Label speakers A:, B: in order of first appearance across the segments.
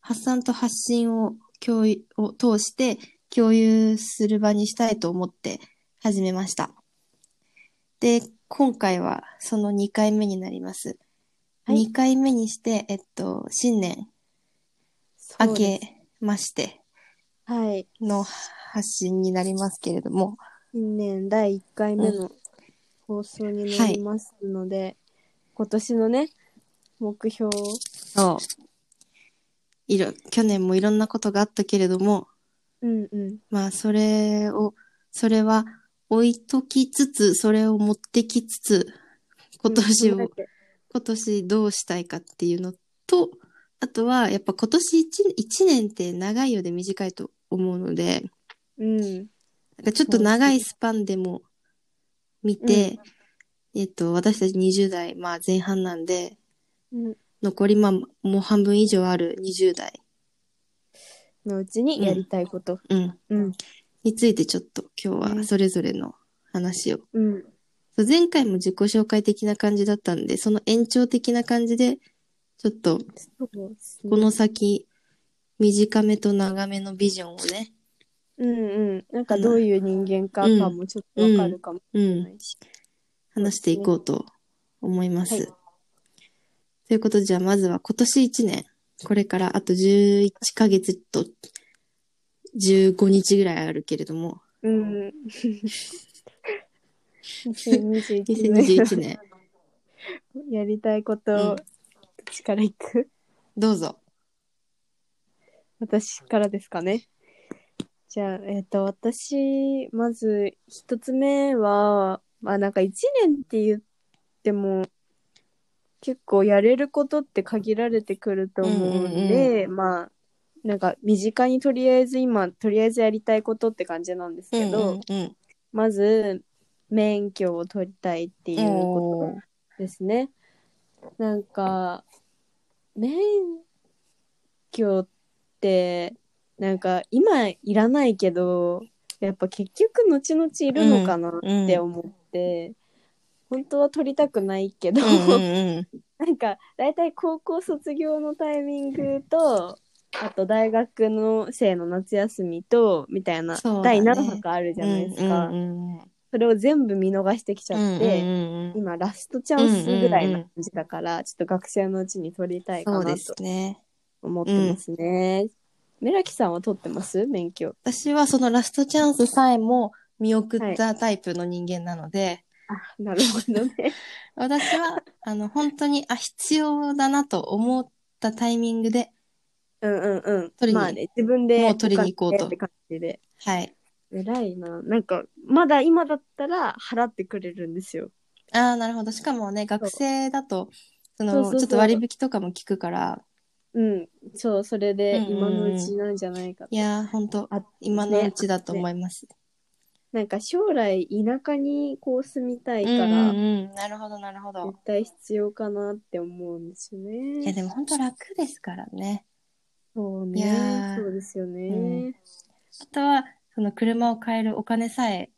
A: 発散と発信を共有を通して共有する場にしたいと思って始めました。で、今回はその2回目になります。
B: はい
A: 2回目にして、えっと、新年
B: そう
A: 明
B: で
A: け
B: す
A: まして
B: はい。
A: の発信になりますけれども、
B: 新年第1回目の放送になりますので、今年のね、目標を、
A: そう。いろ、去年もいろんなことがあったけれども、
B: うんうん。
A: まあ、それを、それは置いときつつ、それを持ってきつつ、今年
B: うん
A: を、今年どうしたいかっていうのと、あとは、やっぱ今年一一年って長いようで短いと思うので、
B: うん。
A: なんかちょっと長いスパンでも見て、えっと、私たち20代、まあ前半なんで、
B: うん。
A: 残りまあもう半分以上ある20代、
B: のうちにやりたいこと。
A: うん、
B: うん。
A: についてちょっと今日はそれぞれの話を
B: うん。
A: そう前回も自己紹介的な感じだったんで、その延長的な感じで、ちょっと
B: そうですね
A: この先、短めと長めのビジョンをね、
B: うんうん。なんかどういう人間かかもちょっとわかるかもし
A: う、
B: れなんいし。
A: 話していこうと思います。
B: はい
A: ということで、じゃあまずは今年1年、これからあと11ヶ月と15日ぐらいあるけれども、
B: うん。2021年
A: 2021年、
B: やりたいこと
A: う
B: を
A: ん
B: どっちからいく
A: どうぞ。
B: 私からですかね。じゃあ、えっ、と、私、まず一つ目は、まあなんか一年って言っても、結構やれることって限られてくると思うんで、まあ、なんか身近にとりあえず今、とりあえずやりたいことって感じなんですけど、
A: うんうん
B: まず、免許を取りたいっていう
A: うん、
B: こと
A: おー
B: ですね。なんか免許ってなんか今いらないけどやっぱ結局後々いるのかなって思って、本当は取りたくないけど、
A: うんうんうん
B: なんか大体高校卒業のタイミングとあと大学の生の夏休みとみたいな、
A: そうだね
B: 第7波があるじゃないですか、
A: うんうんうん
B: それを全部見逃してきちゃって。
A: うんうんうん
B: 今ラストチャンスぐらいな感じだから、ちょっと学生のうちに取りたいか
A: そう
B: な
A: で
B: と
A: すね。
B: 思ってますね。メラキさんは取ってます免許。
A: 私はそのラストチャンスさえも見送ったタイプの人間なので、
B: あ、なるほどね。
A: 私はあの本当にあ必要だなと思ったタイミングで、
B: うんうんうん。
A: 取りに
B: まあね、自分で
A: もう取りに行こうと
B: お金って感じで。
A: はい。
B: 偉いな。なんか、まだ今だったら払ってくれるんですよ。
A: ああ、なるほど。しかもね、学生だと、その
B: そうそうそう
A: ちょっと割引とかも効くから、
B: うん。そう、それで
A: うんうん
B: 今のうちなんじゃないかと。
A: いやー、本当
B: あ
A: 今のうちだと思います。
B: なんか将来田舎にこう住みたいから、
A: うんうんうん、なるほど、なるほど
B: 絶。対必要かなって思うんですよね。
A: いや、でも本当楽ですからね。
B: そう
A: いや
B: ね
A: ー。
B: そうですよね。
A: うんあとは、その車を買えるお金さえ、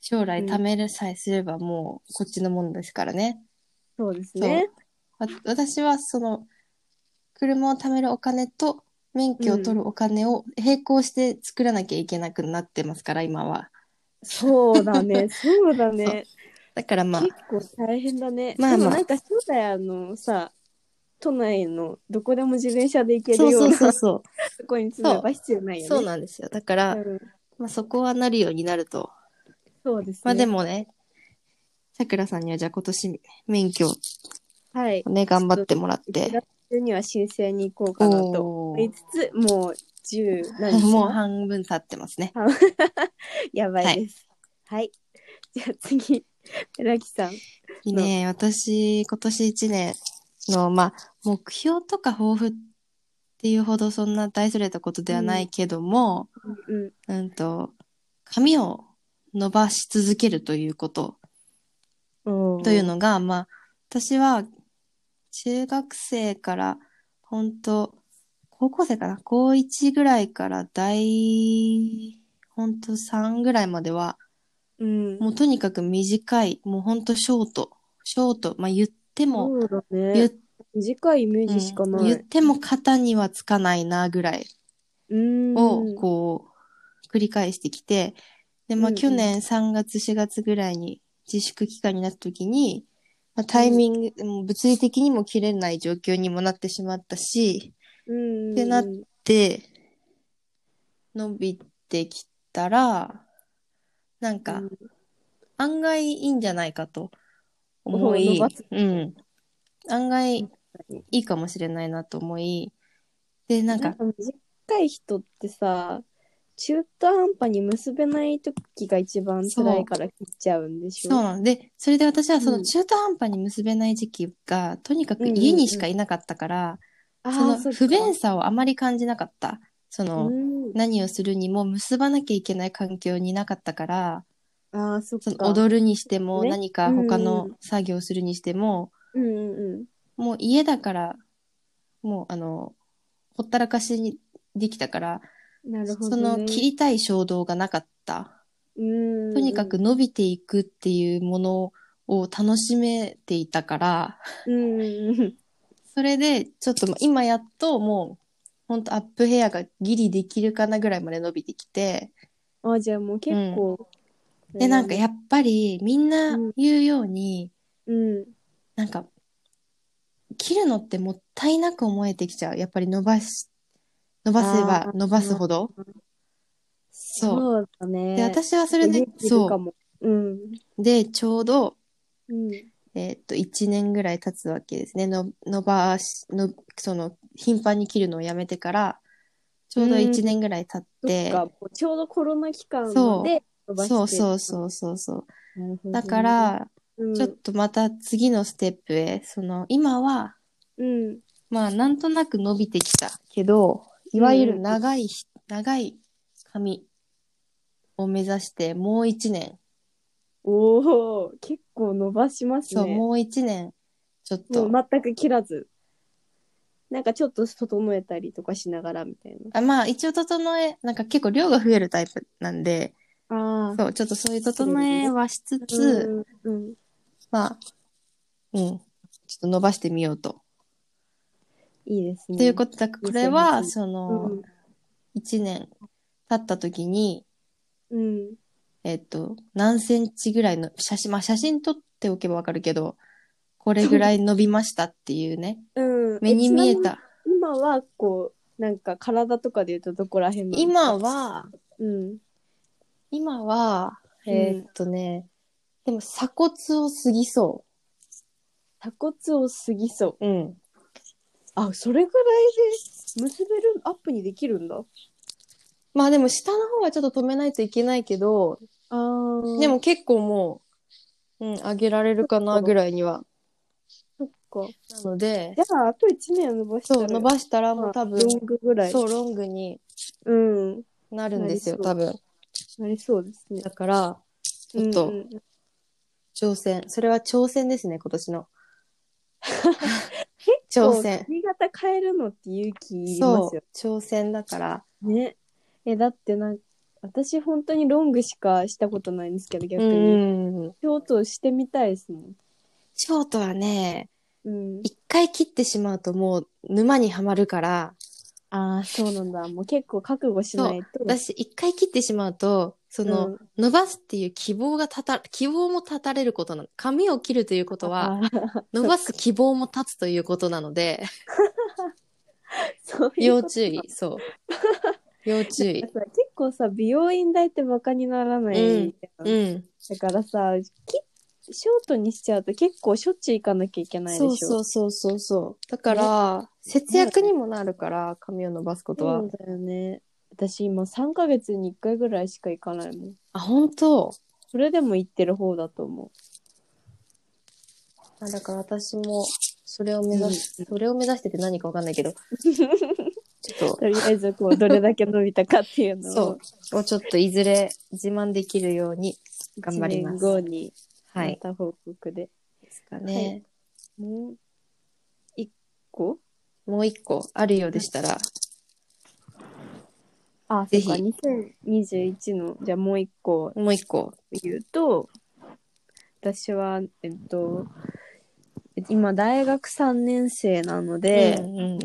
A: 将来貯めるさえすればもうこっちのものですからね。
B: そうです
A: そう
B: ね。
A: わ私はその車を貯めるお金と免許を取るお金を並行して作らなきゃいけなくなってますから今は
B: そうだ ね。そうだね。
A: だからまあ
B: 結構大変だね。
A: まあまあ
B: でもなんかそうだよ、あのさ、都内のどこでも自転車で行け
A: そ
B: る
A: う
B: よ
A: そうう
B: な
A: そうそ
B: とこに住めば必要ないうよね。
A: そうなんですよだから、
B: うん
A: まあ、そこはなるようになると
B: そうですね。
A: まあでもねさくらさんにはじゃあ今年免許を
B: はい。
A: ね頑張ってもらっ
B: 1
A: て
B: 月中には申請に行こうかなと
A: お
B: 思
A: ー
B: いつつ、もう10何日
A: もう
B: か
A: 半分経ってますね
B: やばいです。はい。じゃあ次、ラキさん。
A: いいね私今年1年のまあ目標とか抱負っていうほどそんな大それたことではないけども、
B: うん。
A: うんと、髪を伸ばし続けるということ、
B: おー
A: というのが、まあ、私は、中学生から、本当高校生かな高1ぐらいから大、本当3ぐらいまでは、
B: うん。
A: もうとにかく短い、もう本当ショート、ショート、まあ言っても、
B: そうだね。
A: 言っ
B: 短いイメージしかな
A: うん言っ
B: い。
A: ても肩にはつかないなぐらい
B: うん。
A: をこう繰り返してきて、で、ま
B: う
A: あ
B: んうん
A: 去年3月4月ぐらいに自粛期間になった時に、まあ、タイミング、もう物理的にも切れない状況にもなってしまったし、
B: うん。
A: ってなで、伸びてきたら、なんか
B: うん
A: 案外いいんじゃないかと思い、
B: お伸ばす
A: うん。案外いいかもしれないなと思い、で、なんか、
B: 短い人ってさ、中途半端に結べない時が一番辛いから切っちゃうんでしょ
A: そうなんで、それで私はそうの
B: ん
A: 中途半端に結べない時期が、とにかく家にしかいなかったから、
B: あー
A: そ
B: そ
A: の
B: っか
A: 不便さをあまり感じなかった。その、
B: うん
A: 何をするにも結ばなきゃいけない環境になかったから、
B: あーそっ
A: その
B: か。
A: 踊るにしても、
B: ね
A: 何か他の作業をするにしても、
B: うんうんうん。
A: もう家だから、もうあの、ほったらかしにできたから、
B: なるほ
A: そ
B: ど、ね。
A: の切りたい衝動がなかった。
B: うん。
A: とにかく、伸びていくっていうものを楽しめていたから、
B: うんうんうん。
A: それで、ちょっとま今やっともう、ほんとアップヘアがギリできるかなぐらいまで伸びてきて、
B: あーじゃあもう結構。
A: で、なんかやっぱりみんな
B: うん
A: 言うように、
B: うん。
A: なんか、切るのってもったいなく思えてきちゃう。やっぱり伸ばし、伸ばせば
B: あー
A: 伸ばすほど。そ
B: そう
A: う。
B: だね。
A: で、私はそれで、
B: か
A: そ
B: も。うん。
A: う。で、ちょうど、
B: うん。
A: えーっと、1年ぐらい経つわけですね。の伸ばし、の、その、頻繁に切るのをやめてから、ちょうど1年ぐらい経って、
B: そっかもうちょうどコロナ期間
A: そう
B: で伸ばして
A: そうそうそうそうそう
B: なるほど
A: う。だ
B: ね
A: か、ら、
B: うん、
A: ちょっとまた次のステップへ、その、今は、
B: うん、
A: まあ、なんとなく伸びてきたけど、いわゆる長いひ、長い髪を目指して、もう1年、
B: おお結構伸ばしますね
A: そう、もう1年、ちょっと、
B: もう全く切らずなんかちょっと整えたりとかしながらみたいな
A: あまあ、一応整え、なんか結構量が増えるタイプなんで、
B: あ
A: そう、ちょっとそういう整えはしつつ、
B: うんうん、
A: まあ、うん、ちょっと伸ばしてみようと。
B: いいですね
A: ということだから、これは、
B: 2008
A: その、一1年経った時に、
B: うん
A: えっと、何センチぐらいの写真、まあ写真撮っておけばわかるけど、これぐらい伸びましたっていうね、
B: うん、
A: 目に 見え
B: ちな
A: た。
B: みに今はこうなんか体とかでいうとどこら辺なんですか
A: 今は、
B: うん
A: 今は、
B: うん
A: えっとね、でも鎖骨を過ぎそ
B: 鎖骨を過ぎそ
A: う。
B: う
A: うん。
B: あそれぐらいで結べるアップにできるんだ
A: まあでも下の方はちょっと止めないといけないけど、
B: あー
A: でも結構もう、うん、上げられるかなぐらいには。
B: そっか
A: なので
B: じ、ゃああと1年伸ばしたら
A: そう、伸ばしたらもう多分
B: ロ、ングぐらい
A: そう、ロングに
B: うん
A: なるんですよ、
B: なりそ
A: 多分。
B: なりそうですね
A: だから、ちょっ
B: う
A: と
B: ん
A: 挑戦。それは挑戦ですね、今 年の。
B: 結構
A: 挑戦
B: 髪型変えるのって勇気いりま
A: そ
B: すよ
A: う、挑戦だから。
B: ねえだってなん私本当にロングしかしたことないんですけど
A: う
B: 逆に、
A: ん。
B: ショートしてみたいですもん、
A: ショートはね、
B: うん、
A: 一回切ってしまうともう沼にはまるから、
B: ああそうなんだもう結構覚悟しないと
A: 私一回切ってしまうと、その、
B: うん
A: 伸ばすっていう希望がたた、希望も絶たれることなの。髪を切るということは、
B: あー
A: 伸ばす希望も立つということなの で、
B: そういう
A: 要
B: こと
A: 注意、そう。要注意
B: だ。からさ結構さ美容院代ってバカにならないじゃん
A: うん。
B: だからさきショートにしちゃうと結構しょっちゅう行かなきゃいけないでし
A: そ
B: ょ
A: うそうそうそうそう。だから、節約にもなるから、髪を伸ばすことは。
B: そうだよね私今3ヶ月に1回ぐらいしか行かないもん
A: あ、本当
B: それでも行ってる方だと思
A: あだから私も、それを目指し、
B: うん
A: それを目指してて何かわかんないけ ど、ちょっ
B: うとりあえずこうどれだけ伸びたかっていう
A: と、
B: の
A: そ
B: を
A: う。をちょっといずれ自慢できるように頑張りま
B: 1
A: す。
B: 年後に
A: は
B: ま
A: い。
B: た報告で、
A: ですかね。
B: もう1個
A: もう一個あるようでしたら、
B: あ
A: ぜ
B: そ
A: ひ
B: うか2021のじゃあもう1個
A: もう一個。
B: 言うと私はえっと今大学3年生なので、
A: うんうんうん、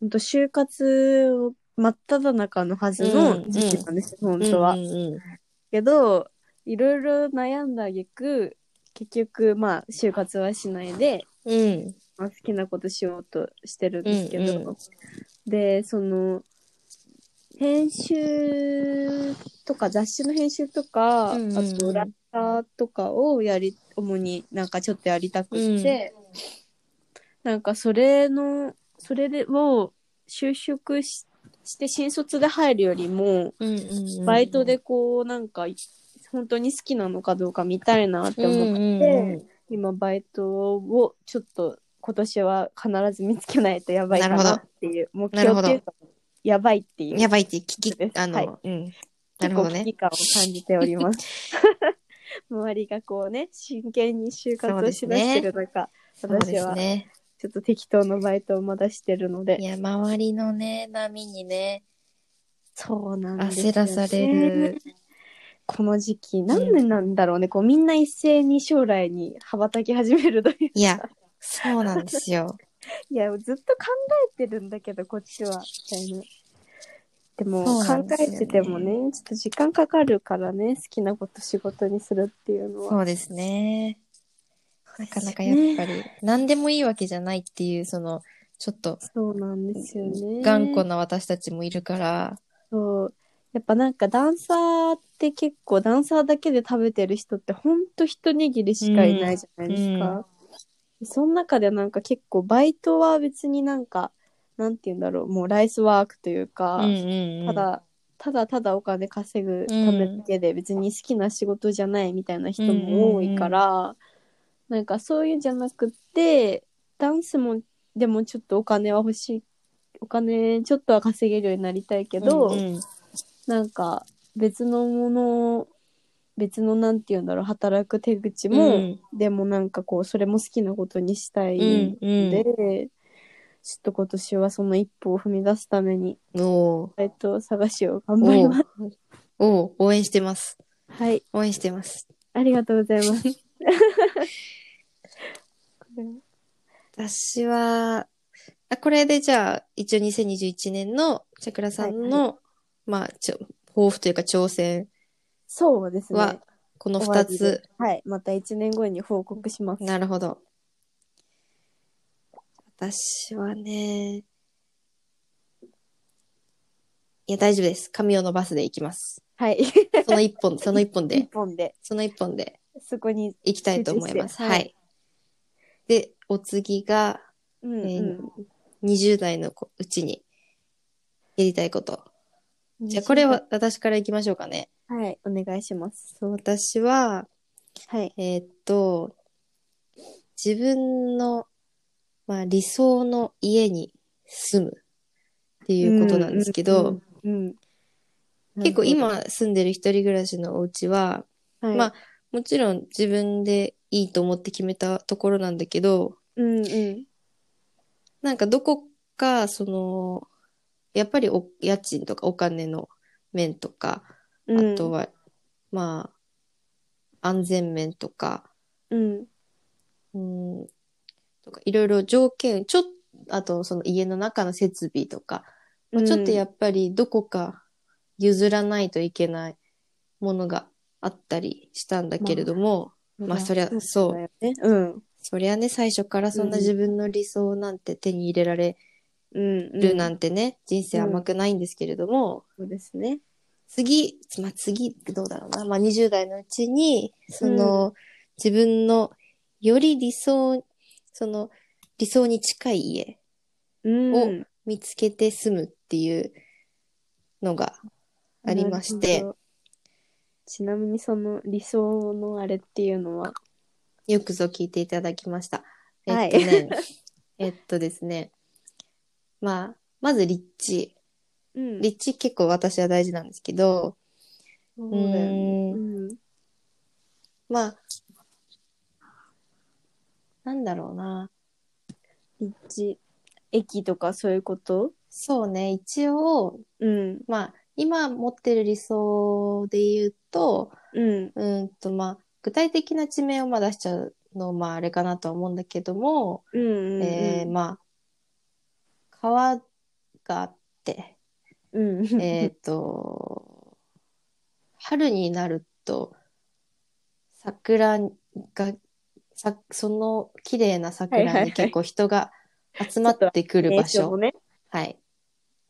B: 本当就活を真っ只中のはずの時期なんです、本当は。
A: うんうんうん
B: けどいろいろ悩んだ挙句結局まあ就活はしないで、
A: うん
B: まあ、好きなことしようとしてるんですけど、
A: うんう
B: でその編集とか雑誌の編集とか、
A: うんうん
B: あとラッターとかをやり主になんかちょっとやりたくって、なんかそれのそれを就職しして新卒で入るよりも、
A: うんうん
B: バイトでこうなんか本当に好きなのかどうか見たいなって
A: うん
B: 思って、
A: うん
B: 今バイトをちょっと今年は必ず見つけないとやばいか
A: なる
B: な
A: ほど
B: っていう目
A: なるほど
B: 標っていうかやばいってい
A: うん
B: う
A: やばいって聞き
B: です
A: あの、
B: はい
A: うんな
B: 結
A: るほ
B: 構
A: ど
B: 危
A: ね
B: 機感を感じております 周りがこうね真剣に就活をしだしてる中、
A: そう
B: 私
A: です
B: は
A: ね
B: ちょっと適当なバイトをまだしてるので
A: いや周りのね波にね
B: そうなんですよね
A: 焦らされる
B: この時期何年なんだろうね、こうみんな一斉に将来に羽ばたき始めるという
A: いやそうなんです よ
B: いやずっと考えてるんだけどこっちはみたいなでも
A: そうなんで
B: 考
A: す
B: え
A: よね
B: ててもねちょっと時間かかるからね好きなこと仕事にするっていうのは
A: そうですねなかなかやっ
B: ね
A: ぱり、何でもいいわけじゃないっていうそのちょっと
B: そうなんですよね
A: 頑固な私たちもいるから、
B: そうやっぱなんかダンサーって結構ダンサーだけで食べてる人ってほんと一握りしかいないじゃないです
A: うん
B: か。その中でなんか結構バイトは別になんかなんて言うんだろうもうライスワークというか、
A: うんうんうん
B: ただただただお金稼ぐためだけで別に好きな仕事じゃないみたいな人も多いから、なんかそういうんじゃなくってダンスもでもちょっとお金は欲しいお金ちょっとは稼げるようになりたいけど、
A: うんうん
B: なんか別のもの別のなんて言うんだろう働く手口も、
A: うん
B: でもなんかこうそれも好きなことにしたい
A: うんんう
B: で、
A: ん
B: ちょっと今年はその一歩を踏み出すために
A: おー
B: えっと探しを頑張り
A: お
B: ます。
A: ーおー応援してます
B: はい、
A: 応援してます
B: ありがとうございます。
A: 私は、あ、これでじゃあ、一応2021年のチャクラさんの、まあ、ちょ、抱負というか挑戦
B: そうですね。
A: は、この二つ。
B: はい、また1年後に報告します。
A: なるほど。私はね、いや、大丈夫です。髪を伸ばすでいきます。
B: はい、
A: その一 本、その一本
B: 一
A: で、
B: 本で
A: その一本で
B: そこに、
A: いきたいと思います。
B: 集中して
A: は
B: はい
A: い。で、お次が、
B: うんうん
A: えー20代の子うちにやりたいこと。じゃあこれは私からいきましょうかね。
B: はいお願いします。
A: そう私は、
B: はい、
A: えーっと、自分の、まあ、理想の家に住むっていうことなんですけど、
B: うんうんうん
A: 結構、今住んでる一人暮らしのお家は、
B: はい
A: まあ、もちろん自分でいいと思って決めたところなんだけど、
B: うんうん
A: なんかどこか、その、やっぱりお家賃とかお金の面とか、
B: うん、
A: あとは、まあ、安全面とか、
B: うん、
A: うん、とか、いろいろ条件、ちょっと、あと、その家の中の設備とか、まあちょっとや
B: っ
A: っぱりどこか譲らないといけないものがあったりしたんだけれども、
B: ぱ
A: まあそりゃそう
B: だよね。うん。
A: そりゃね、最初からそんな自分の理想なんて手に入れられ
B: うん、
A: るなんんてね、人生甘くないんですけれども、
B: そうですね。
A: 次、まあ、次、どうだろうな。まあ、20代のうちに、その、自分の、より理想、その、理想に近い家、
B: うん
A: を見つけて住むっていうのがありまし
B: な
A: て
B: るほ、ど。ちなみにその理想のあれっていうのは、
A: よくぞ聞いていただきました。
B: はい
A: えっとね、 えっとですね。まあ、まず立地。
B: うん
A: 立地結構私は大事なんですけど、
B: そうだよね
A: うん
B: うん
A: まあ、なんだろうな。
B: 立地駅とかそういうこと
A: そうね、一応、
B: うん
A: まあ、今持ってる理想で言うと、
B: うん
A: うんとまあ、具体的な地名をまあ出しちゃうの、まあ、あれかなとは思うんだけども、
B: うんうんうん。
A: えーまあ、川があって、
B: うんうん。
A: えっ、と、春になると、桜が、さその綺麗な
B: はいはい
A: 桜
B: はい
A: に結構人が集まってくる場
B: 名称も
A: 所。
B: ね。
A: はい。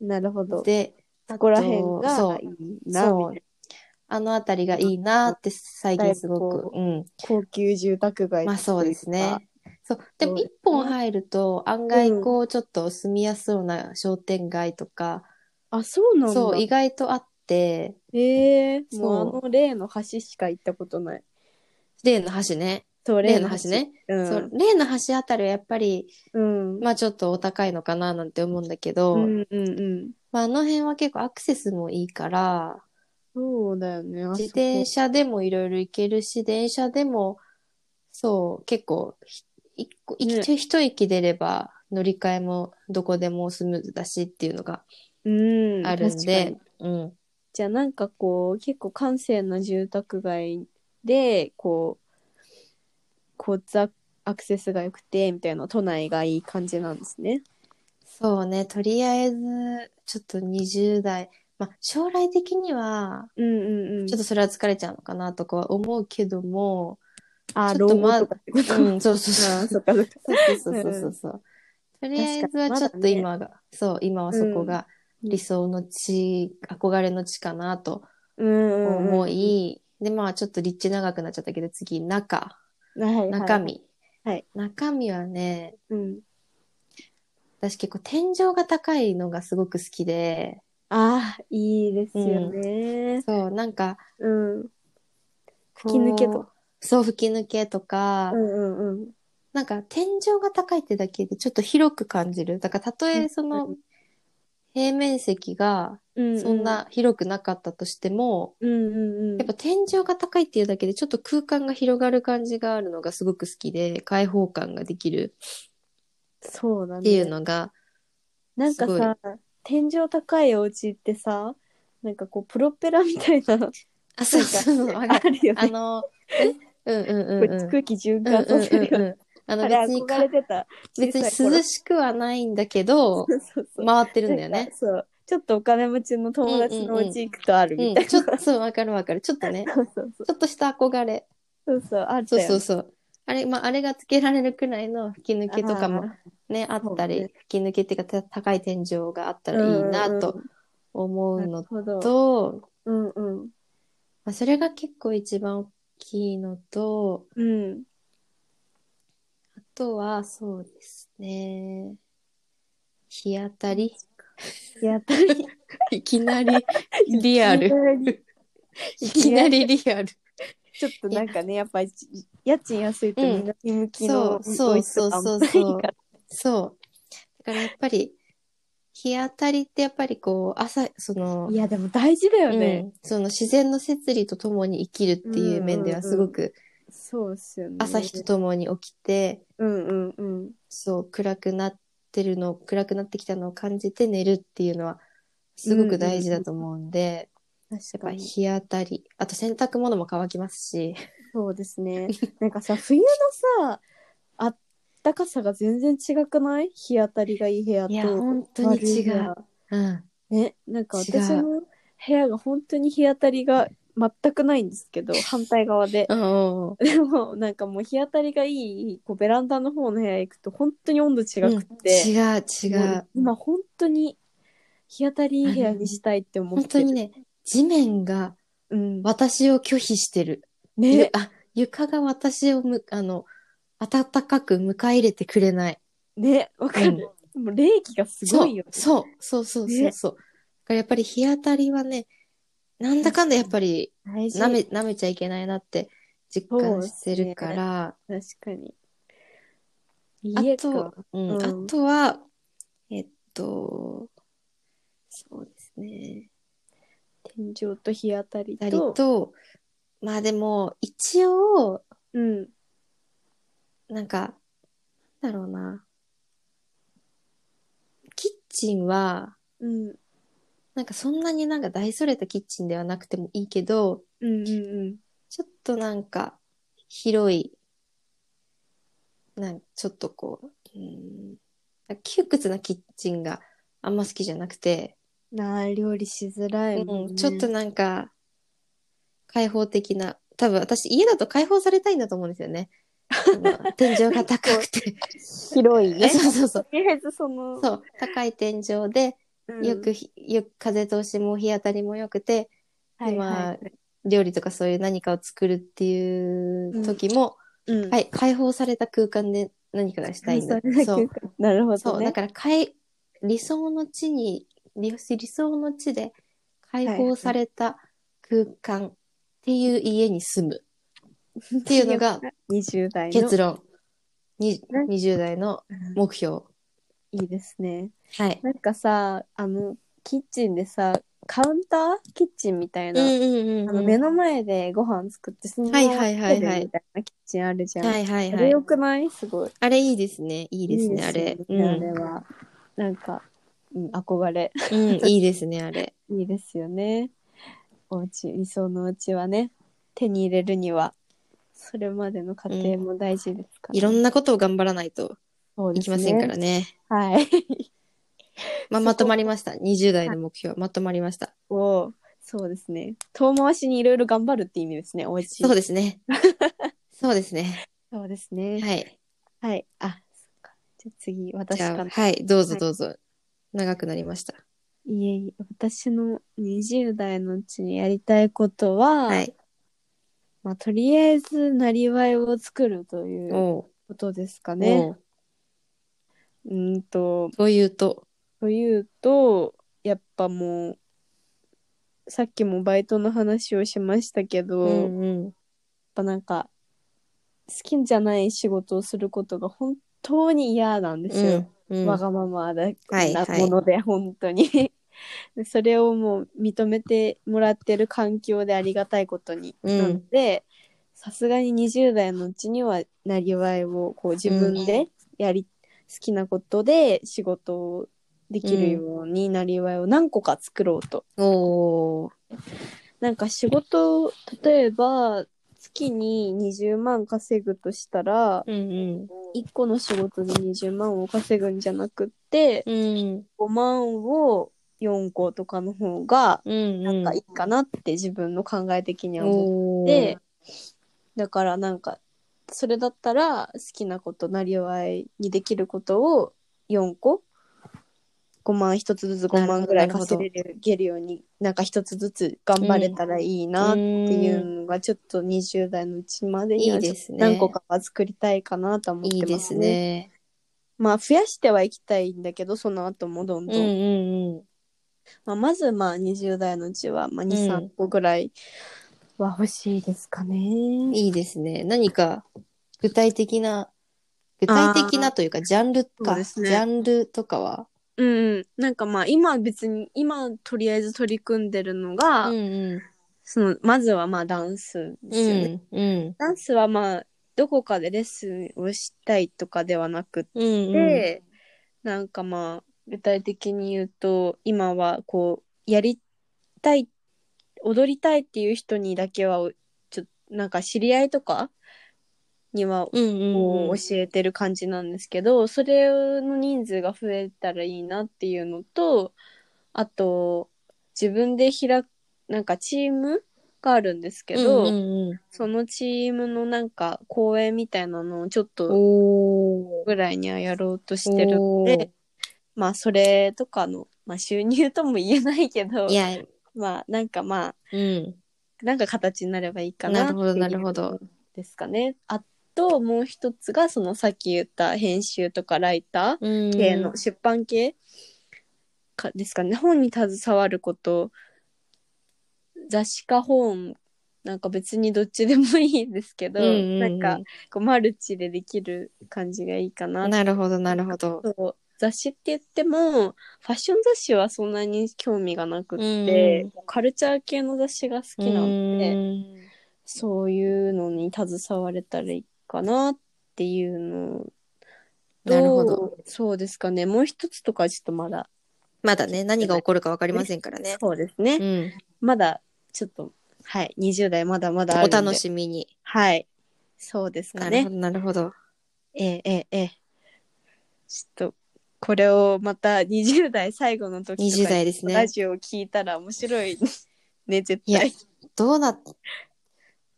B: なるほど。
A: で、
B: そこら辺
A: あとそ
B: が
A: う
B: いい
A: そ
B: な、みたいうな。
A: あの辺りがいいなって最近す
B: だいぶ
A: ごく、うん。
B: 高級住宅街
A: まあそうですね。そう。でも
B: そうですね
A: 一本入ると案外こうちょっと住みやすそうな商店街とか、
B: あ、そうなんだ。
A: そう、意外とあって、
B: ええ
A: そう
B: もうあの例の橋しか行ったことない。
A: 例の橋ね。
B: そう、
A: 例の橋。ね。
B: う。
A: そうん例の橋あたりはやっぱり、
B: うん。
A: まあちょっとお高いのかななんて思うんだけど、
B: うんうんうん。
A: まああの辺は結構アクセスもいいから、
B: そうだよね。あ
A: 自
B: そこ
A: 転車でもいろいろ行けるし、電車でも、そう、結構、ひ一個、
B: ね
A: 一一駅出れば乗り換えもどこでもスムーズだしっていうのが
B: うん。
A: あるん
B: 確か
A: で
B: に、
A: うん。
B: じゃあなんかこう、結構閑静な住宅街で、こう、交通アクセスが良くて、みたいな都内がいい感じなんですね。
A: そうね、とりあえず、ちょっと20代、まあ将来的には、
B: うんうんうん。
A: ちょっ
B: と、
A: とそれは疲れちゃうのかなとかは思うけど も、
B: あ、
A: ちょっ
B: 老
A: と
B: 後
A: ま
B: とかってこと、
A: うん、そう そうそ
B: ああ、
A: う。
B: そっかそっか。
A: そうそうそうそうそう。とりあえず
B: 確かに
A: はちょっ
B: ま
A: と
B: だね
A: 今が、そう、今はそこが
B: うん
A: 理想の地、憧れの地かなと
B: うんうんうん。
A: 思い、で、まあちょっと立地長くなっちゃったけど、次、中、
B: はいはいはい
A: 中身。
B: はい
A: 中身はね、
B: うん。
A: 私結構天井が高いのがすごく好きで、
B: ああ、いいですよね。
A: そう、なんか、
B: うん。
A: 吹
B: 吹き抜けと
A: か。そう、吹き抜けとか、
B: うんうんうん。
A: なんか天井が高いってだけでちょっと広く感じる。だからたとえその平面積が
B: うんうん
A: そん。な広くなかったとしても、
B: うんうんうん。
A: やっぱ天井が高いっていうだけでちょっと空間が広がる感じがあるのがすごく好きで、開放感ができる
B: そうだね。
A: っていうのが、
B: なん
A: す
B: か
A: ごい
B: さ、天井高いお家ってさ、なんかこう、プロペラみたいな、なんか
A: あ、そうそうそう、わ
B: あ
A: かる。
B: るよ
A: あ
B: ね。
A: の、 えうんうん
B: こ
A: うんうん。
B: う空気循
A: うんうん
B: 環させるよ
A: う
B: ね。
A: んうん。あの
B: あれ
A: 別に
B: 憧
A: か
B: れ、てた。
A: 別に涼
B: 小
A: しくはないんだけど、
B: さい頃そうそう。
A: 回ってるんだよ
B: なん
A: ね
B: か。そう。ちょっとお金持ちの友達のお家行くとある
A: う
B: み
A: ん、
B: たい
A: ちょっと、 そう、わかるわかる。ちょっと ね、
B: な。そうそうそう。
A: ちょっとした憧れ。
B: そうそう、あった
A: そう
B: よね。
A: そうそう。あれ、まあ、あれがつけられるくらいの吹き抜けとかもね、あったり、
B: そうね
A: 吹き抜けっていうかた高い天井があったらいいなと思
B: あ
A: う
B: ー。な
A: の
B: るほど。
A: と、
B: うんうん。
A: まあ、それが結構一番大きいのと、
B: うん。
A: あとはそうですね、日当たり。
B: やったり。
A: いきな りリアル。いきなりリアル。
B: ちょっとなんかね、やっぱり家賃安いと
A: うん
B: 南向き
A: そ
B: の
A: うそうそう
B: ド
A: そう
B: イツとか
A: そ
B: も
A: う。そう。だからやっぱり、日当たりってやっぱりこう、朝、その、
B: いや、でも大事だよ
A: う
B: ね。
A: ん、その自然の摂理とともに生きるっていう面ではすごく
B: そうっすよね。
A: 朝日とともに起きて、
B: うんうんうん。
A: そう暗くなってるの暗くなってきたのを感じて寝るっていうのはすごく大事だと思うんで、
B: 確
A: や
B: か
A: っぱ
B: に。
A: 日当たりあと洗濯物も乾きますし
B: そうですね。なんかさ、冬のさ、あったかさが全然違くない日当たりがいい部屋と。
A: いや本当に違う
B: 悪
A: うん
B: い部屋。ね、なんか
A: 違う
B: 私の部屋が本当に日当たりが全くないんです けど、反対側で。
A: うん
B: でもなんかもう日当たりがいいこうベランダの方の部屋行くと本当に温度違くって、
A: 違う違
B: も
A: う
B: う今本当に日当たりいい部屋にしたいって思っ
A: 本
B: て
A: 当
B: る
A: にね地面が
B: うん
A: 私を拒否してる、ゆ
B: ね
A: あ床が私をむあの暖かく迎え入れてくれない
B: ねわかる、もう冷気がすごいよ
A: そうそうそうそうそうそう。だからやっぱり日当たりはね、なんだかんだやっぱり
B: 大事
A: なめ舐めちゃいけないなって実感してるから、
B: 確かに
A: あ
B: 家
A: と
B: か、
A: うん
B: うん
A: あとは、えっと、そうですね。
B: 天井と日当たり
A: たり
B: と
A: と、まあでも、一応、
B: うん
A: なんか、なんだろうな。キッチンは、
B: うん
A: なんかそんなになんか大それたキッチンではなくてもいいけど、
B: うんうんうん
A: ちょっとなんか、広いなんちょっとこう、うん、窮屈なキッチンがあんま好きじゃなくて、
B: なあ料理しづらいもん、ね
A: うん、ちょっとなんか、開放的な、多分私家だと開放されたいんだと思うんですよね。あの天井が高くて。
B: 広いね
A: あ そうそうそう。
B: とりあえずその
A: そう、高い天井で、
B: うん
A: よくひ、よく風通しも日当たりも良くて、
B: はいはい
A: 料理とかそういう何かを作るっていう時も、
B: うん
A: はい、解放された空間で何かがしたいんだ。
B: そ
A: そう
B: うなるほ
A: そ
B: ど
A: う、
B: ね
A: だからかい、理想の地に、理理想の地で解放された空間っていう家に住むっていうのが
B: 20代の
A: 結論。に
B: ね
A: 20代の
B: うん
A: 目標。
B: いいですね
A: はい。
B: なんかさあのキッチンでさカウンターキッチンみたいな、
A: ん
B: あの目の前でご飯作ってそのまま
A: はいはいはいはい
B: 食べるみたいなキッチンあるじゃん、
A: はいはい
B: あれ
A: はい
B: よ。くないすごい
A: あれいいですね。いいですね、あれ。
B: いいですよねあれはなんか、うん、憧れ
A: うん、うんいいですね、あ れ。
B: いいですよねお家理想のお家はね手に入れるにはそれまでの過程も大事ですから、
A: いろんなことを頑張らないと
B: そう
A: い
B: で
A: き
B: す
A: ま
B: ね
A: せんからね。
B: はい
A: まあ、
B: そこ
A: まとまりました。20代の目標、まとまりました。
B: をそうですね遠回しにいろいろ頑張るって意味ですねお家
A: そうです ね。そうですね。
B: そうですね
A: はい。
B: はい、あそっかじゃあ次私
A: じゃ
B: か
A: あ、
B: ら
A: はい、どうぞ
B: はい
A: どうぞ。長くなりました。
B: いえいえ私の20代のうちにやりたいことは、
A: はい。
B: まあ、とりあえずなりわいを作るという
A: おう
B: ことですか
A: お
B: ね。
A: う
B: うーんと
A: というと、
B: というとやっぱもうさっきもバイトの話をしましたけど、
A: う
B: やっ
A: んうん。
B: ぱなんか好きじゃない仕事をすることが本当に嫌なんですよ。
A: うん。
B: わがままだ
A: はい
B: なもので、本当に でそれをもう認めてもらってる環境でありがたいことに、
A: うん
B: なのでさすがに20代のうちにはなりわいをこう自分でやり、好きなことで仕事をできるようになりわいを何個か作ろうと。
A: おー
B: なんか仕事例えば月に20万稼ぐとしたら
A: うん
B: 1個の仕事で20万を稼ぐんじゃなくって、
A: うん。うん。
B: 5万を4個とかの方が
A: うん。
B: なんかいいかなって自分の考え的には思っ
A: お
B: て、だからなんかそれだったら好きなことなりわいにできることを4個5万1つずつ5万ぐらい
A: なるほど
B: 稼げるようになんか1つずつ頑張れたらいいなっていうのがちょっと20代のうちまでに
A: い
B: はい
A: ですね。
B: 何個かは作りたいかなとは思っ
A: いい
B: て
A: で
B: ますすね。
A: ね。
B: まあ増やしてはいきたいんだけどその後もどん
A: うん
B: ど
A: うんんうん。
B: まあ、まずまあ20代のうちは、まあ、
A: うん
B: 23個ぐらいは欲しいですかね。
A: いいですね。何か具体的な、具体的なというか、ジャンル
B: そ
A: か、
B: うです
A: ジ
B: ね
A: ャンルとかは。
B: うんうん、なんかまあ今別に今とりあえず取り組んでるのが、
A: うんうん。
B: そのまずはまあダンスで
A: う
B: すよね。
A: んうん。
B: ダンスはまあどこかでレッスンをしたいとかではなく
A: うんうん。
B: で、なんかまあ具体的に言うと今はこうやりたい踊りたいっていう人にだけはおちょなんか知り合いとかには
A: うんうんうん、
B: こう教えてる感じなんですけど、それの人数が増えたらいいなっていうのとあと自分で開くなんかチームがあるんですけ
A: う
B: ど、
A: んうんうん、
B: そのチームのなんか公演みたいなのをちょっと
A: おー
B: ぐらいにはやろうとしてるの
A: おー
B: で、まあそれとかの、まあ、収入とも言えないけど
A: いや、
B: まあなんかまあ
A: うん。
B: なんか形になればいいか
A: な
B: な
A: るほど
B: っていう
A: なるほど
B: ですかね。あともう一つがそのさっき言った編集とかライタ
A: うん
B: ー系の出版系かですかね本に携わること雑誌か本なんか別にどっちでもいいですけど、
A: うんうん
B: な
A: うんん
B: かこうマルチでできる感じがいいかなって
A: なるほどなるほど。
B: そう雑誌って言ってもファッション雑誌はそんなに興味がなくって、カルチャー系の雑誌が好きなので、
A: うん
B: そういうのに携われたらいいかなっていうのと
A: なるほど。
B: そうですかねもう一つとかはちょっとまだ、
A: まだね何が起こるかわかりませんからね。
B: そうですね、
A: うん、
B: まだちょっとはい20代まだまだある
A: お
B: んで
A: 楽しみに。
B: はいそうです
A: な
B: か
A: る
B: ね
A: ほどなるほど。
B: ええええええちょっとこれをまた20代最後の時とかに
A: 20代ですね
B: ラジオを聞いたら面白いね 絶
A: いや
B: 対
A: どうなっ、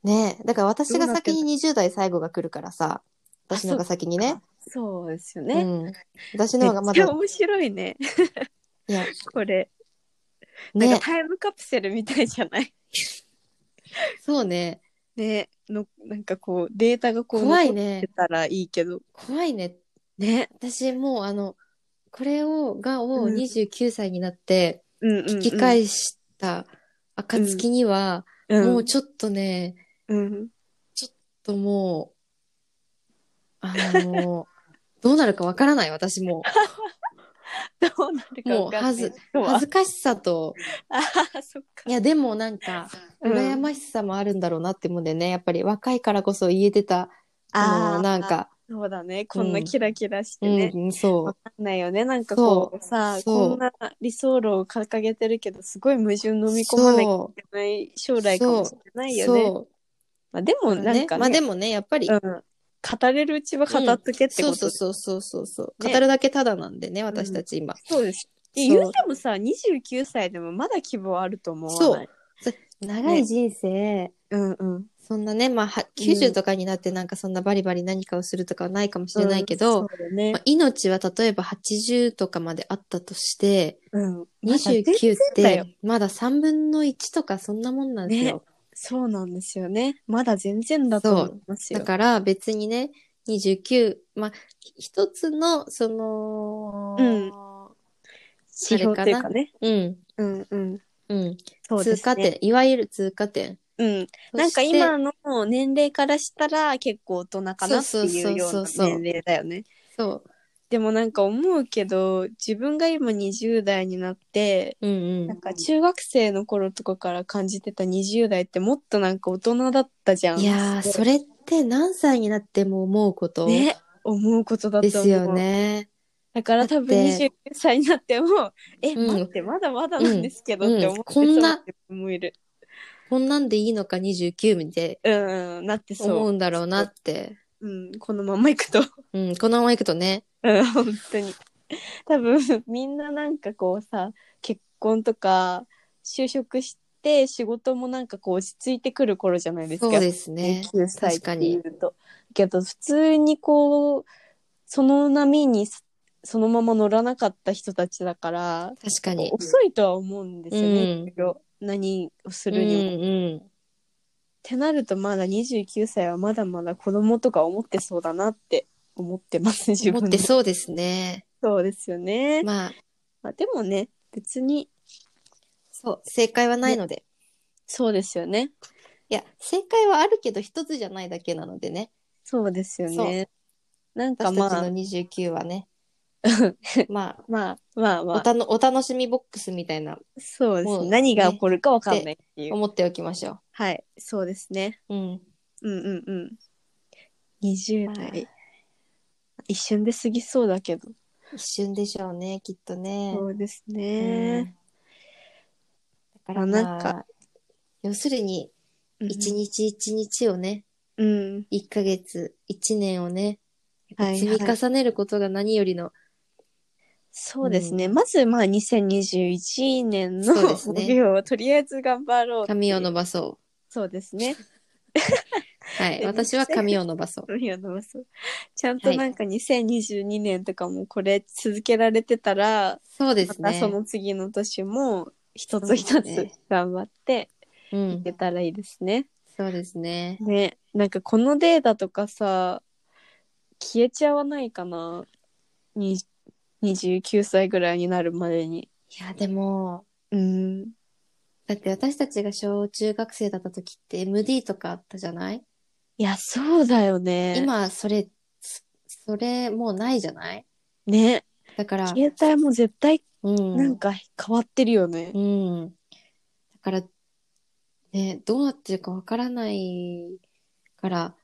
A: ねえ、だから私
B: ど
A: が
B: うなってん
A: 先
B: だ
A: に20代最後が来るからさ、
B: あ
A: 私のが先にね。
B: そうですよ
A: う
B: ね、
A: ん。私
B: め
A: の方
B: っ
A: がま
B: ち
A: だ
B: ゃ、面白いね
A: いや、
B: これ、なん
A: ね
B: か、タイムカプセルみたいじゃない
A: そうね。
B: ねのなんかこうデータがこう
A: 怖い
B: 残
A: ね
B: って。たらいいけど
A: 怖いね。
B: ね
A: 私もうあの、これを、がを
B: うん
A: 29歳になって
B: うんうん、うん、
A: 聞き返した暁には、もうちょっとね、
B: うん、
A: ともう、あの、 どうなるかわからない、私も。
B: どうなるかわかんない
A: もうはず
B: 人
A: 恥ずかしさと、
B: あーそっか
A: いや、でもなんか、
B: うん
A: 羨ましさもあるんだろうなって思うんだよね。やっぱり若いからこそ言えてた、あ
B: あ
A: の、
B: ー
A: なんか、
B: そうだねこんなキラキラしてね、
A: うん、そ
B: わかんないよねなんかこうさ
A: そう
B: こんな理想論を掲げてるけどすごい矛盾飲み込まなきゃいけない将来かもしれな
A: う。
B: いよね
A: そ
B: まあでも
A: う。
B: なんかね
A: まあでもね、やっぱり、
B: うん、語れるうちは語っとけっ
A: そ
B: てこ
A: うそ
B: と
A: うそうそうそうそう。
B: ね
A: 語るだけただなんでね、私たち今。
B: そうです。
A: そう
B: 言うてもさ、29歳でもまだ希望あると思わない。
A: 長い人生、
B: うんうん。
A: そんなね、まあは、90とかになってなんかそんなバリバリ何かをするとかはないかもしれないけど、
B: うんそうだね
A: まあ、命は例えば80とかまであったとして、
B: うん。
A: 29っ
B: まだ全然だよ
A: てまだ3分の1とかそんなもんなんですよ。
B: ねそうなんですよね。まだ全然だと思いますよ。
A: だから別にね、29、まあ、ひ一つの、その、
B: うん指標っていうかね。
A: うん、
B: うんうん。
A: うん、
B: そうで
A: 通
B: す
A: 過
B: ね。
A: 点、いわゆる通過点。
B: うん。なん
A: そ
B: か
A: して
B: 今の年齢からしたら結構大人かなって
A: そうそ
B: いううよう
A: そう
B: な
A: そう
B: 年齢だよね。
A: そ
B: でもなんか思うけど、自分が今20代になって、
A: う。うん
B: なん
A: う
B: か中学生の頃とかから感じてた20代ってもっとなんか大人だったじゃん。
A: ん。いやー、
B: すご
A: それって何歳になっても思うこと
B: ね、思うことだと
A: で
B: 思う。
A: すよね。
B: だから多分
A: だっ
B: 29
A: て
B: 歳になっても、え、
A: うん
B: 待って、まだまだなんですけどって思って、
A: うんうんこんな
B: 思える。
A: こんなんでいいのか29みたい
B: うん、うん、なってそう。
A: 思うんだろうなって。
B: うん、このままいくと。
A: うん、このままいくとね。
B: うん、本当に。多分、みんななんかこうさ、結婚とか、就職して、仕事もなんかこう落ち着いてくる頃じゃないですか。
A: そうですね。
B: 9歳っ
A: 確か
B: て
A: に
B: いうと。けど普通にこうその波にそそのまま乗らなかった人たちだから
A: 確かに。
B: 遅いとは思うんですよね、
A: うん
B: いろいろ何をす
A: うん
B: るにも。っ
A: うん。
B: てなるとまだ29歳はまだまだ子供とか思ってそうだなって思ってます自
A: 思
B: 分
A: っ
B: で
A: てそうですね。
B: そうですよね。ま
A: まあ、
B: あ、でもね別に
A: そう、正解はないので。
B: そうですよね。
A: いや、正解はあるけど、一つじゃないだけなのでね。
B: そうですよね。なんか
A: 私
B: ま
A: たち
B: あ
A: の29は ね。まあ、
B: まあまあま
A: お
B: あ
A: たの、お楽しみボックスみたいな、
B: そうで
A: も
B: す
A: う
B: ね何が起こるかわかんないっていう。
A: 思っておきましょ
B: はいそうですね。
A: う。うん。
B: うんうんうん。20
A: は
B: 代
A: い。
B: 一瞬で過ぎそうだけど。
A: 一瞬でしょうね、きっとね。
B: うです
A: うん。だから、
B: あ
A: な
B: なんん
A: か
B: か、
A: 要するに、
B: うん
A: 一日一日をね、
B: うん。
A: 一ヶ月、一年をね、
B: はい
A: 積み重ねることが何よりの、
B: そうですね。まず、まあ、2021年の
A: そうですね
B: 目標をとりあえず頑張ろうっていう
A: 髪を伸ばそ
B: そうですね。
A: う。はい。私は髪を伸ばそう。
B: 髪を伸ばそう。ちゃんとなんか2022年とかもこれ続けられてたら、
A: そうで
B: ますた
A: ね
B: そ。の次の年も一つ一
A: そうです
B: つ
A: ね
B: 頑張って
A: う
B: い
A: ん
B: け。たらいいですね。
A: そうですね。
B: ね、なんかこのデータとかさ、消えちゃわないかな。に29歳ぐらいになるまでに。
A: いや、でも、
B: うん。
A: だって私たちが小中学生だった時って MD とかあったじゃない
B: いや、そうだよね。。
A: 今それ、そそれもうないじゃない
B: ね。
A: だから、
B: 携帯も絶対
A: うん。
B: なんか変わってるよね。
A: うん。だから、ね、どうなってるかわからないから、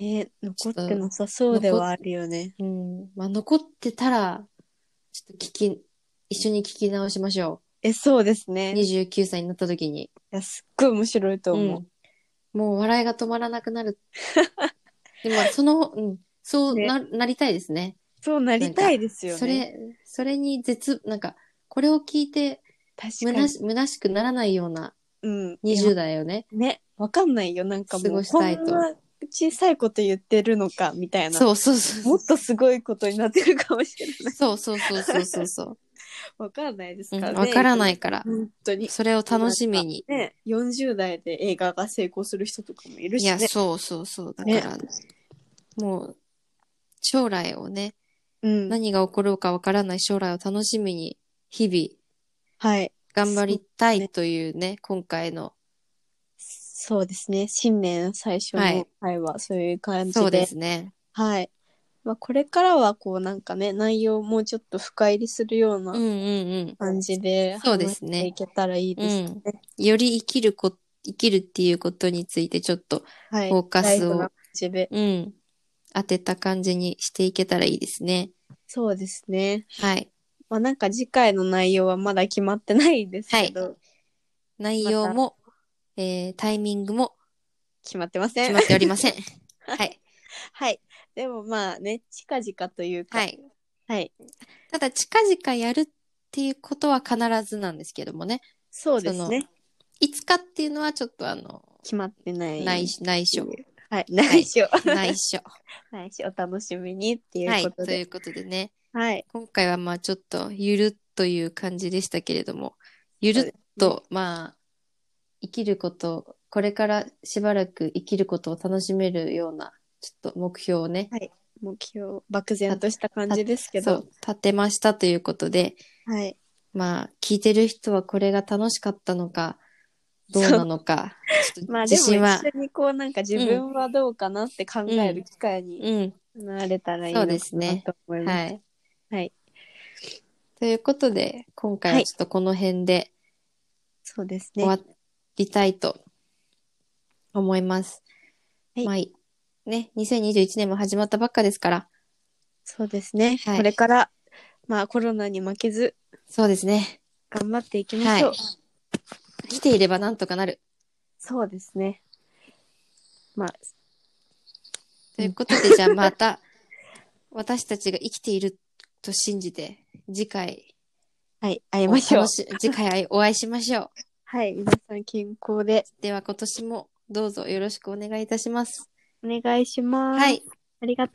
B: ね、残ってなさそうではあるよね。
A: うん。まあ、残ってたら、ちょっと聞き、一緒に聞き直しましょ
B: え、そうです
A: う。
B: ね。い
A: 29歳になった時に。
B: や、すっごい面白いと思う。
A: ん。もう笑いが止まらなくなる。でも、その、うん。そう
B: ね
A: な,、なりたいですね。
B: そうなりたいですよね。
A: それ、それに絶、なんか、これを聞いて、
B: 確
A: む
B: か
A: な
B: に。
A: し、虚しくならないような
B: うん。
A: 20代をね。
B: ね、わかんないよ。なんかも
A: 過ご
B: う、
A: し
B: こ
A: たいと
B: んな小さいこと言ってるのか、みたいな。
A: そうそうそ
B: も
A: う。
B: っとすごいことになってるかもしれない。
A: そうそうそうそうそうそう。
B: わかんないです
A: う
B: から
A: ん
B: ね。
A: わからないから。
B: 本当に。
A: それを楽しみに。
B: ね、40代で映画が成功する人とかもいる
A: い
B: し
A: や、
B: ね。
A: そうそうそう。だか
B: ね
A: ら、もう、将来をね、
B: うん。
A: 何が起こるかわからない将来を楽しみに、日
B: はい。
A: 々頑張りたいというね、今回の、
B: そうですね。新年最初
A: はい
B: の会はそういう感じで。
A: そうですね。
B: はい。まあ、これからはこうなんかね、内容をもうちょっと深入りするよう
A: うん
B: な
A: うんうん。
B: 感じで、
A: そうですね
B: 話していけたらいいですね。
A: より生きるこ、生きるっていうことについてちょっと、
B: はい。
A: フォーカ
B: ライ
A: ス
B: フな
A: を
B: 感、じで。
A: うん、当てた感じにしていけたらいいですね。
B: そうですね。
A: はい。
B: まあなんか次回の内容はまだ決まってないですけど、
A: 内容も、えー、タイミングも
B: 決まってませ
A: 決
B: ん。
A: まっておりま せん。はい。
B: はい。でもまあね、近々というか、
A: はい。
B: はい。
A: ただ、近々やるっていうことは必ずなんですけどもね。
B: そうですね。
A: いつかっていうのはちょっとあの、
B: 決まってない。
A: 内緒、内 緒。
B: はい。内緒。
A: 内緒。
B: 内緒。お楽しみにって
A: は
B: いう
A: い。
B: こ
A: と
B: と
A: い
B: で。
A: うことでね、
B: はい。
A: 今回はまあちょっと、ゆるっという感じでしたけれども、ゆるっと、まあ、生きること、これからしばらく生きることを楽しめるような、ちょっと目標をね、
B: 目標、漠然とした感じですけ
A: そ
B: ど
A: う、、立てましたということで、
B: はい。
A: まあ、聞いてる人はこれが楽しかったのか、どうなのか、ちょっと
B: まあで
A: 自
B: も
A: 信は、
B: 一緒にこうなんか自分はどうかなって考える機会に
A: うん、
B: なれたらいい
A: そ
B: の
A: う
B: か
A: です
B: な
A: ね
B: と思います。
A: はい。
B: はい。
A: ということで、今回はちょっとこの辺で
B: そうです
A: 終
B: ね。
A: わりたいと思います。
B: はい
A: まあいね、2021年も始まったばっかですから、
B: そうですね。
A: はい
B: これから、まあコロナに負けず
A: そうですね。
B: 頑張っていきましょう。
A: はい生きていればなんとかなる。
B: そうですね。まあ、
A: ということで、じゃあまた、私たちが生きていると信じて、次回
B: はい、会い
A: お
B: ましょう
A: 楽。し、次回お会いしましょう。
B: はい、皆さん健康で
A: では今年もどうぞよろしくお願いいたします。
B: お願いします。
A: はい。
B: ありがとう